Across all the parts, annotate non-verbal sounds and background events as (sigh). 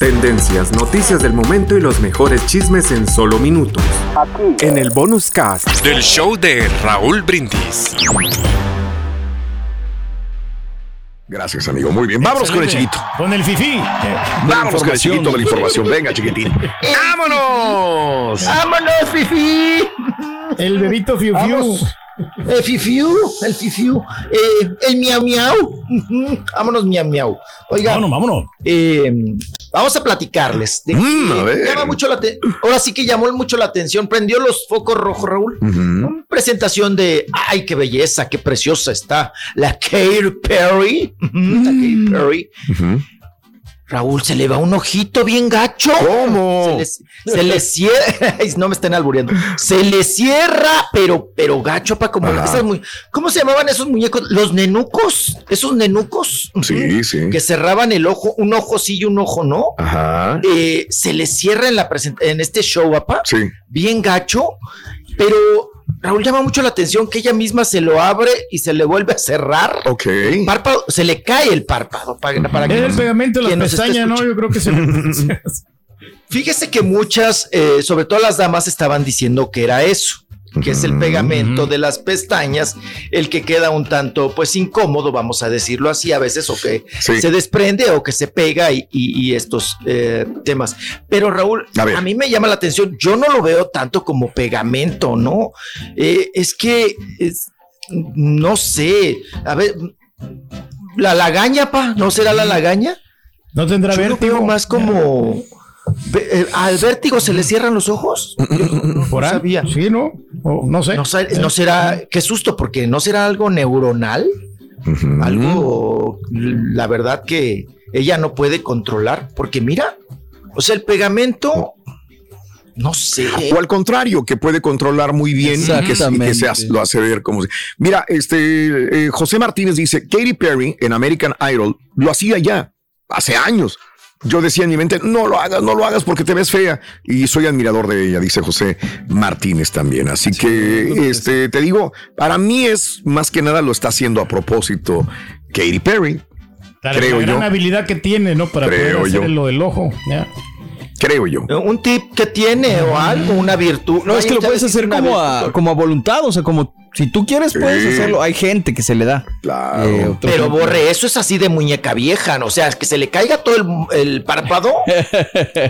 Tendencias, noticias del momento y los mejores chismes en solo minutos. Aquí. En el bonus cast del show de Raúl Brindis. Gracias, amigo. Muy bien. Vámonos con el chiquito. Con el fifí. Eh, Vámonos con el chiquito de la información. Venga, chiquitín. ¡Vámonos! ¡Vámonos, Fifi! El bebito fiu fiu. Vamos. El fifiu, Eh, el fifiu, eh, el miau miau. (laughs) Vámonos, miau miau. Oiga, Vámonos, vámonos. eh, vamos a platicarles. de que Mm, a ver. llama mucho la te- Ahora sí que llamó mucho la atención. Prendió los focos rojos, Raúl. Ujú. Una presentación de, ay, qué belleza, qué preciosa está la Katy Perry. (laughs) Ujú, La Katy Perry. Ujú. Raúl, se le va un ojito bien gacho. Se ¿Cómo? le, se le cierra, (laughs) Ay, no me estén albureando, se le cierra, pero, pero gacho, pa, como Ajá. esas mu- ¿cómo se llamaban esos muñecos? Los nenucos, esos nenucos ujú, Sí, sí. que cerraban el ojo, un ojo sí y un ojo no. Ajá. Eh, se le cierra en la present- en este show, apa, Sí. bien gacho, pero Raúl llama mucho la atención que ella misma se lo abre y se le vuelve a cerrar. Ok. Párpado, se le cae el párpado para, para Es que el pegamento de quien la nos esté pestaña, ¿no? escuchando. Yo creo que se (laughs) Fíjese que muchas, eh, sobre todo las damas, estaban diciendo que era eso, que es el pegamento Ujú. de las pestañas, el que queda un tanto, pues incómodo, vamos a decirlo así a veces, o que Sí. se desprende o que se pega y, y- y estos eh, temas. Pero Raúl, A a, ver. mí me llama la atención, yo no lo veo tanto como pegamento, ¿no? Eh, es que, es- no sé, a ver, la lagaña, pa, ¿no será la lagaña? No tendrá Yo lo vértigo. veo más como ve- eh, al vértigo se le cierran los ojos. Por no ahí. sabía. Sí, ¿no? O no sé. No, sa- no será, qué susto, porque no será algo neuronal, Ujú. algo, la verdad que ella no puede controlar, porque mira, o sea, el pegamento, no sé. O al contrario, que puede controlar muy bien y que, y que se hace- lo hace ver como si. Mira, este eh, José Martínez dice: Katy Perry en American Idol lo hacía ya hace años. Yo decía en mi mente, no lo hagas, no lo hagas porque te ves fea. Y soy admirador de ella, dice José Martínez también. Así que este, te digo, para mí es más que nada lo está haciendo a propósito Katy Perry, Claro, creo la gran yo. habilidad que tiene, ¿no? Para Creo poder yo. hacer lo del ojo. ¿ya? creo yo. Un tip que tiene o algo, una virtud. No, es que lo Ay, puedes ¿sabes hacer qué? Una como a, virtud. como a voluntad, o sea, como si tú quieres puedes Sí. hacerlo. Hay gente que se le da. Claro. Eh, otro Pero ejemplo. borre, eso es así de muñeca vieja, ¿no? o sea, que se le caiga todo el, el párpado.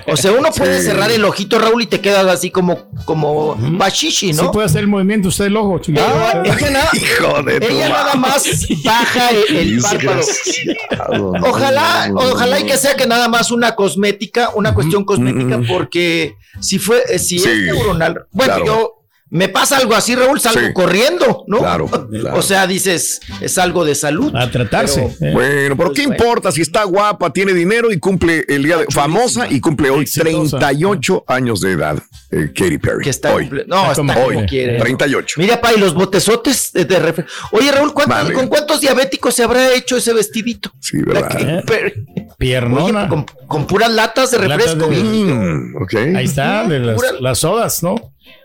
O sea, uno puede Sí. cerrar el ojito, Raúl, y te quedas así como, como bachichi, Sí ¿no? Ah, puede hacer el movimiento usted el ojo, Pero chingado. ella, nada- Ah, Hijo de tu ella nada más baja el, el párpado. Desgraciado. Ojalá, ojalá y que sea que nada más una cosmética, una cuestión cosmética, porque si fue, eh, si Sí, es neuronal, bueno, claro. yo me pasa algo así, Raúl, salgo Sí. corriendo, ¿no? Claro, claro. (laughs) O sea, dices, es algo de salud. A tratarse. eh. Bueno, pero ¿qué Pues, Ah, importa si está guapa, tiene dinero y cumple el día de famosa y cumple hoy Exitosa. 38 años de edad, eh, Katy Perry. que está hoy, comple- no, Está está como como hoy, quiere. 38. Mira, pa, y los botezotes de, de refre- Oye, Raúl, ¿cuántos- Madre. ¿con cuántos diabéticos se habrá hecho ese vestidito? Sí, La ¿verdad? que- ¿Eh? pero- oye, Piernona. con, con puras latas de Latas refresco. de- bien. Mm, ok. Ahí está, de las, Pura- las sodas, ¿no?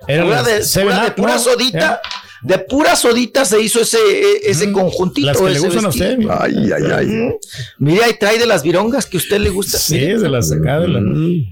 Era Pura de, pura, de pura sodita. De pura sodita se hizo ese, eh, ese conjuntito. Mm, Las que le ese gustan a vestido. usted. mira. Ay, ay, ay. Mira, y trae de las virongas que a usted le gusta. Sí, Mire, de las acá, de las-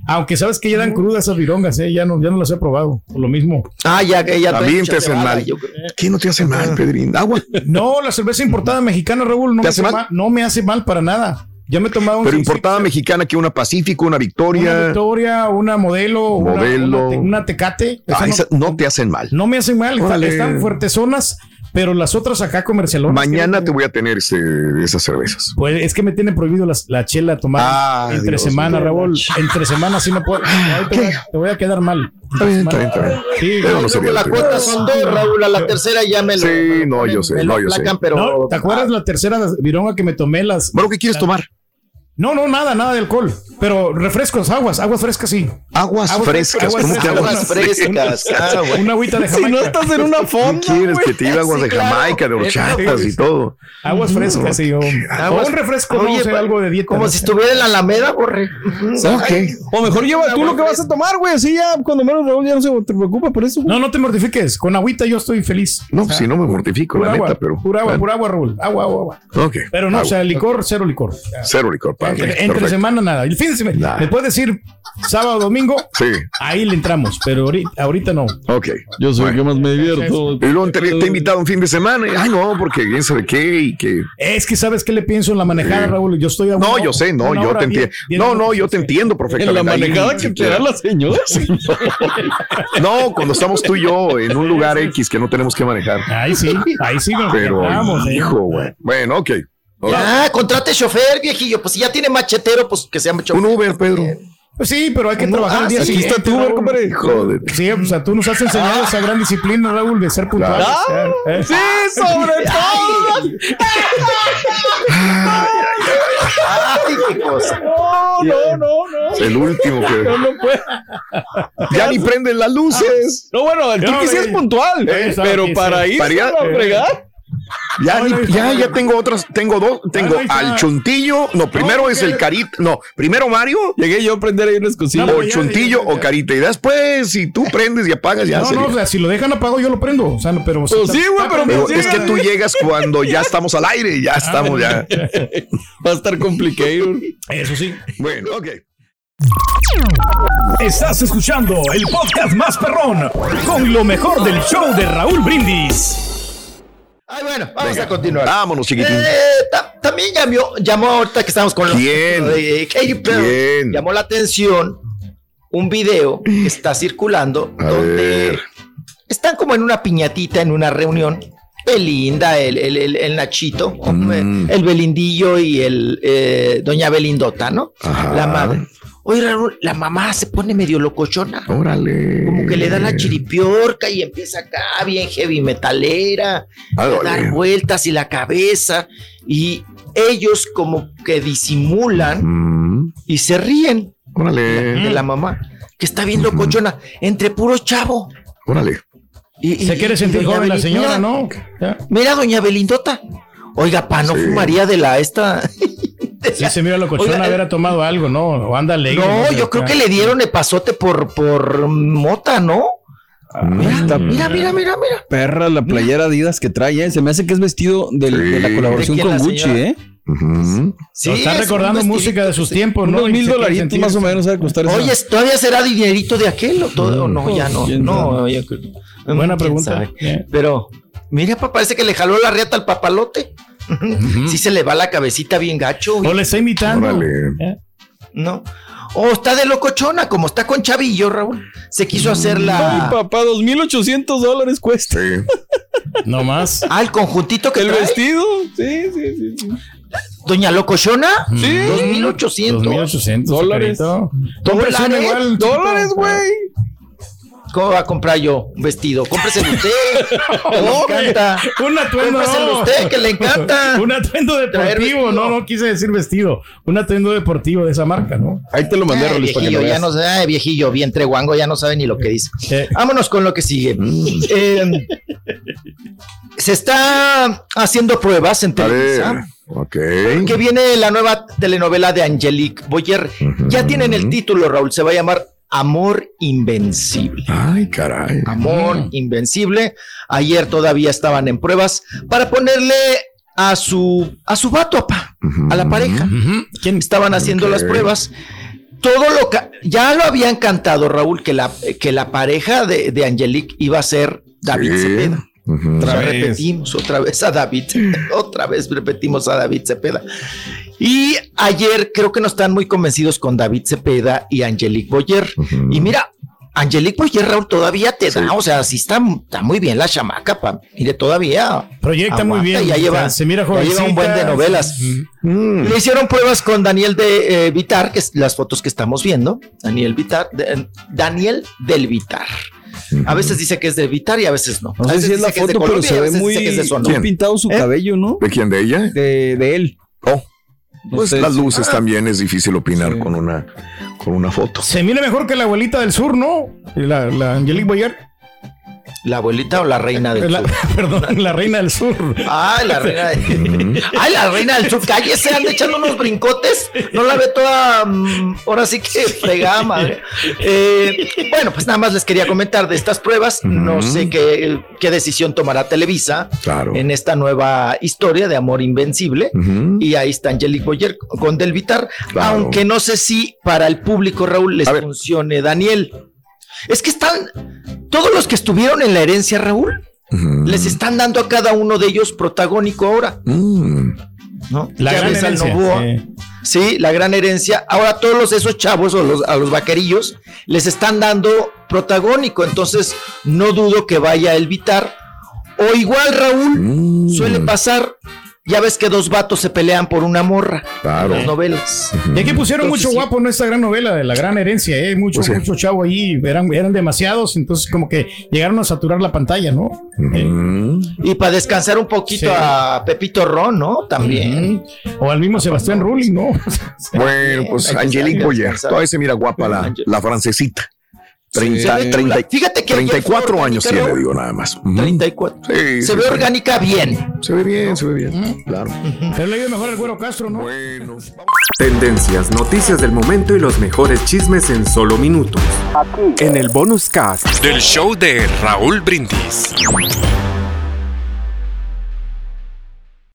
Aunque sabes que ya dan crudas esas virongas, ¿eh? ya, no, ya no las he probado. Por lo mismo. Ah, ya, ya. También trae te hacen chateada, mal. yo creo. ¿Qué no te hace mal, Pedrín? Ah, Agua. No, la cerveza importada mexicana, Raúl, no, ¿Te me hace hace mal? mal? no me hace mal para nada. Ya me he tomado un Pero six- importada mexicana que una Pacífico, una una Victoria. Victoria, una modelo, una- Modelo. Una, te- una tecate. Esa Ah, no, esas no te hacen mal. no me hacen mal, están- Órale. están fuertes zonas, pero las otras acá comercialonas. Mañana que- te voy a tener ese, esas cervezas. Pues es que me tienen prohibido las- la chela tomar Ah, entre Dios semana, mío. Ah, Raúl. Entre semana sí no puedo. Ahí te, voy a, te voy a quedar mal. Está bien, está bien, está bien. Sí. Pero no Luego sería la la primera cuota vez. son dos, Raúl. A la tercera ya me lo. Sí, me lo no, yo sé, me lo no, yo sé. aplacan, pero. No, ¿Te acuerdas la tercera vironga que me tomé las? Bueno, ¿qué quieres tomar? No, no, nada, nada de alcohol. Pero refrescos, aguas, aguas frescas, sí. Aguas Aguas frescas. frescas, ¿Cómo que aguas aguas Aguas frescas. (laughs) Ah, bueno. Una agüita (laughs) de Si Jamaica. no estás en una fonda, ¿Qué quieres güey. que te diga aguas de Sí, claro. Jamaica, de horchatas y todo? Aguas frescas, sí. O, (laughs) Aguas- o un refresco, no, Oye, o sea, algo de dieta. Como ¿no? si estuviera en la Alameda, borre. Ok. O mejor lleva tú lo que vas a tomar, güey. Así ya, cuando menos Raúl ya no se te preocupa por eso. güey. No, no te mortifiques. Con agüita yo estoy feliz. No, pues, O sea, si no me mortifico, pura la agua, neta, pero. Pura agua, bueno, pura agua, Raúl. Agua, agua, agua. ok. Pero no, Agua. o sea, licor, cero licor. Cero licor, padre. Entre, entre Perfecto. semana nada. El fin de Imagínense, me, Nah. me puede decir sábado, domingo, Sí, ahí le entramos, pero ahorita, ahorita no. ok. Yo soy el que Bueno. más me divierto. Y luego te, te he invitado un fin de semana. y, Ay, no, porque quién sabe qué y que. Es que sabes qué le pienso en la manejada, Sí. Raúl. Yo estoy a No, una- yo sé, no, una yo hora, te diez- entiendo. diez No, minutos. no, yo te entiendo perfectamente. En la Ahí manejada ni que te siquiera. da la señora. No, cuando estamos tú y yo en un lugar X que no tenemos que manejar. Ahí sí, ahí sí nos Pero, quedamos, eh. hijo, güey. Bueno, ok. Ok. Ya, contrate chofer, viejillo. Pues si ya tiene machetero, pues que sea chofer. Un Uber, Pedro. Pues sí, pero hay que No, trabajar ah, el día sí, Aquí siguiente, está tu Uber, Raúl. compadre. Joder. Sí, o sea, tú nos has enseñado esa gran disciplina, Raúl, de ser puntuales. ¿eh? Sí, sobre todo. Ay, qué cosa. No, no, no, no. El último que. No puede. Ya ni prenden las luces. No, bueno, el No, turqui sí eh, es puntual, eh, sabe pero que para sí. ir Para ir- a Eh, fregar. Ya, No, ni- no, no, ya, no. ya tengo otras. Tengo dos. Tengo ahí está. al chuntillo. No, primero No, es que- el carita. No, primero Mario. Llegué yo a prender ahí unas cosillas. No, O ya, ya, chuntillo ya, ya. o carita. Y después, si tú prendes y apagas, ya No, sería. no, o sea, si lo dejan apagado, yo lo prendo. O sea, no, pero. Pues sí, güey, pero Pero Sí, es que tú llegas cuando ya estamos al aire, ya estamos ya. Va a estar complicado. Eso sí. Bueno, ok. Estás escuchando el podcast más perrón con lo mejor del show de Raúl Brindis. Ay, bueno, vamos Venga. a continuar. Vámonos, chiquitín. Eh, ta- también llamó, llamó ahorita que estamos con la- ¿Quién? de Katy Perry. ¿Quién? Llamó la atención un video que está circulando A donde ver. están como en una piñatita, en una reunión. Belinda, el, el, el, el Nachito, Mm. el Belindillo y el eh, Doña Belindota, ¿no? Ajá. La madre. Oye, Raúl, la mamá se pone medio locochona Órale. como que le da la chiripiorca y empieza acá bien heavy metalera Ah, a dale. dar vueltas y la cabeza y ellos como que disimulan Mm, y se ríen de órale. la mamá que está viendo Ujú. cochona entre puro chavo Órale. y, y- Se quiere y sentir doña joven la Belin- señora, mira, ¿no? Ya. mira doña Belindota oiga pa no Sí. fumaría de la esta (laughs) de Sí, la- se mira lo cochón Oiga, haber tomado algo, ¿no? O anda alegre. no yo creo que le dieron el pasote por por mota no Ah, mira esta mira mira mira mira Perra, la playera Adidas que trae, ¿eh? se me hace que es vestido del- Sí. de la colaboración ¿De quién, con la Gucci, señora? ¿eh? Ujú. Sí, está es un recordando vestidito, música de sus tiempos, ¿no? Unos Y mil se quiere dolaritos sentir- más o menos a costar esa- Oye, ¿todavía será dinerito de aquel o todo? No, ya no. ¿quién No, sabe? yo creo- Buena ¿quién pregunta. sabe? Pero, mira, papá, parece que le jaló la reta al papalote. Sí se le va la cabecita bien gacho, O le está imitando. Órale. ¿Eh? ¿no? O está de locochona, como está con Chavillo, Raúl. Se quiso hacer Ay, la... papá, 2.800 dólares cuesta. Sí. No más. Ah, el conjuntito que El trae. vestido. Sí, sí, sí, sí. Doña Locochona, Sí. 2.800. 2.800 Dólares. Sacarito. ¿Dólares? Compres uno igual, Dólares, chiquito. güey. ¿Cómo va a comprar yo un vestido? Cómpreselo (laughs) usted. No, canta. Un atuendo. Cómpraselo no. pues usted, que le (laughs) encanta. (laughs) Un atuendo Traer deportivo, vestido. no, no quise decir vestido. Un atuendo deportivo de esa marca, ¿no? Ahí te lo mandé, Ay, Rolis, para que viejillo, lo ya veas. no sé, ay, viejillo, bien treguango, ya no sabe ni lo que dice. Eh, Vámonos con lo que sigue. Mm. Eh, se está haciendo pruebas en A ver. Televisa. Ok. Que viene la nueva telenovela de Angelique Boyer. Ya tienen el título, Raúl. Se va a llamar Amor Invencible. Ay, caray. Amor Invencible. Ayer todavía estaban en pruebas para ponerle a su a su vato, pa, a la pareja. ¿Quién está? estaban haciendo Ok. las pruebas. Todo lo ca- ya lo habían cantado, Raúl, que la, que la pareja de, de Angelique iba a ser David Sí. Cepeda. Ujú. O sea, Otra vez. repetimos otra vez a David, (laughs) otra vez repetimos a David Cepeda. Y ayer creo que no están muy convencidos con David Cepeda y Angelique Boyer. Ujú. Mm. Y mira, Angelique Boyer, Raúl, todavía te Sí. da, o sea, sí está, está muy bien la chamaca, pa. mire, todavía. Proyecta muy aguanta, bien. Ya o sea, lleva, se mira ya lleva un buen de jovencita. novelas. Mm. Le hicieron pruebas con Daniel de eh, Vitar, que es las fotos que estamos viendo. Daniel Vitar, de- Daniel del Vitar. A veces dice que es del Vitar y a veces no. Mm. A No sé veces si es la dice que de foto, pero Colombia y se a ve veces muy dice que es de Sonora. bien pintado ¿Eh? su cabello, ¿no? ¿De quién? ¿De ella? De, de él. Oh. No Pues sé. las Ah. luces también es difícil opinar Sí. con una con una foto. Se mira mejor que la abuelita del sur, ¿no? La, la Angelique Boyer. ¿La abuelita o la reina del La- sur? (laughs) perdón, la reina del sur. Ay, la reina del (laughs) Ay, la reina del sur. Cállese, anda echando unos brincotes. No la ve toda. mm, ahora sí que fregada, madre. Eh, bueno, pues nada más les quería comentar de estas pruebas. No Ujú. sé qué, qué decisión tomará Televisa Claro. en esta nueva historia de Amor Invencible. Ujú. Y ahí está Angelique Boyer con Del Vitar. Claro. Aunque no sé si para el público, Raúl, les A ver. funcione Daniel. Es que están. Todos los que estuvieron en la herencia, Raúl, Ujú. les están dando a cada uno de ellos protagónico ahora, Mm. ¿no? La Ya gran ves al herencia. Novoa, sí. sí, la gran herencia. Ahora todos los- esos chavos o los, a los vaquerillos les están dando protagónico, entonces no dudo que vaya a evitar. O igual Raúl Mm. suele pasar, ya ves que dos vatos se pelean por una morra en Claro. las novelas. Y aquí pusieron mucho Entonces, sí. guapo en esta gran novela de la gran herencia, ¿eh? Mucho, Pues sí. mucho chavo ahí, eran, eran demasiados, entonces como que llegaron a saturar la pantalla, ¿no? Eh, Mm. Y para descansar un poquito Sí. a Pepito Ron, ¿no? También. O al mismo Sebastián Rulli, ¿no? Bueno, pues hay que Angelique saber, hay Boyer. que saber. Todavía se mira guapa la, Angel- la francesita. Se Treinta- ve- treinta y- Fíjate que ayer fue 34 años orgánica, tiene, Raúl. digo nada más. Ujú. 34. Sí, sí, Se ve sí. orgánica bien. Se ve bien, se ve bien. Claro. Pero le dio mejor al güero Castro, ¿no? Bueno. Tendencias, noticias del momento y los mejores chismes en solo minutos. En el bonus cast del show de Raúl Brindis.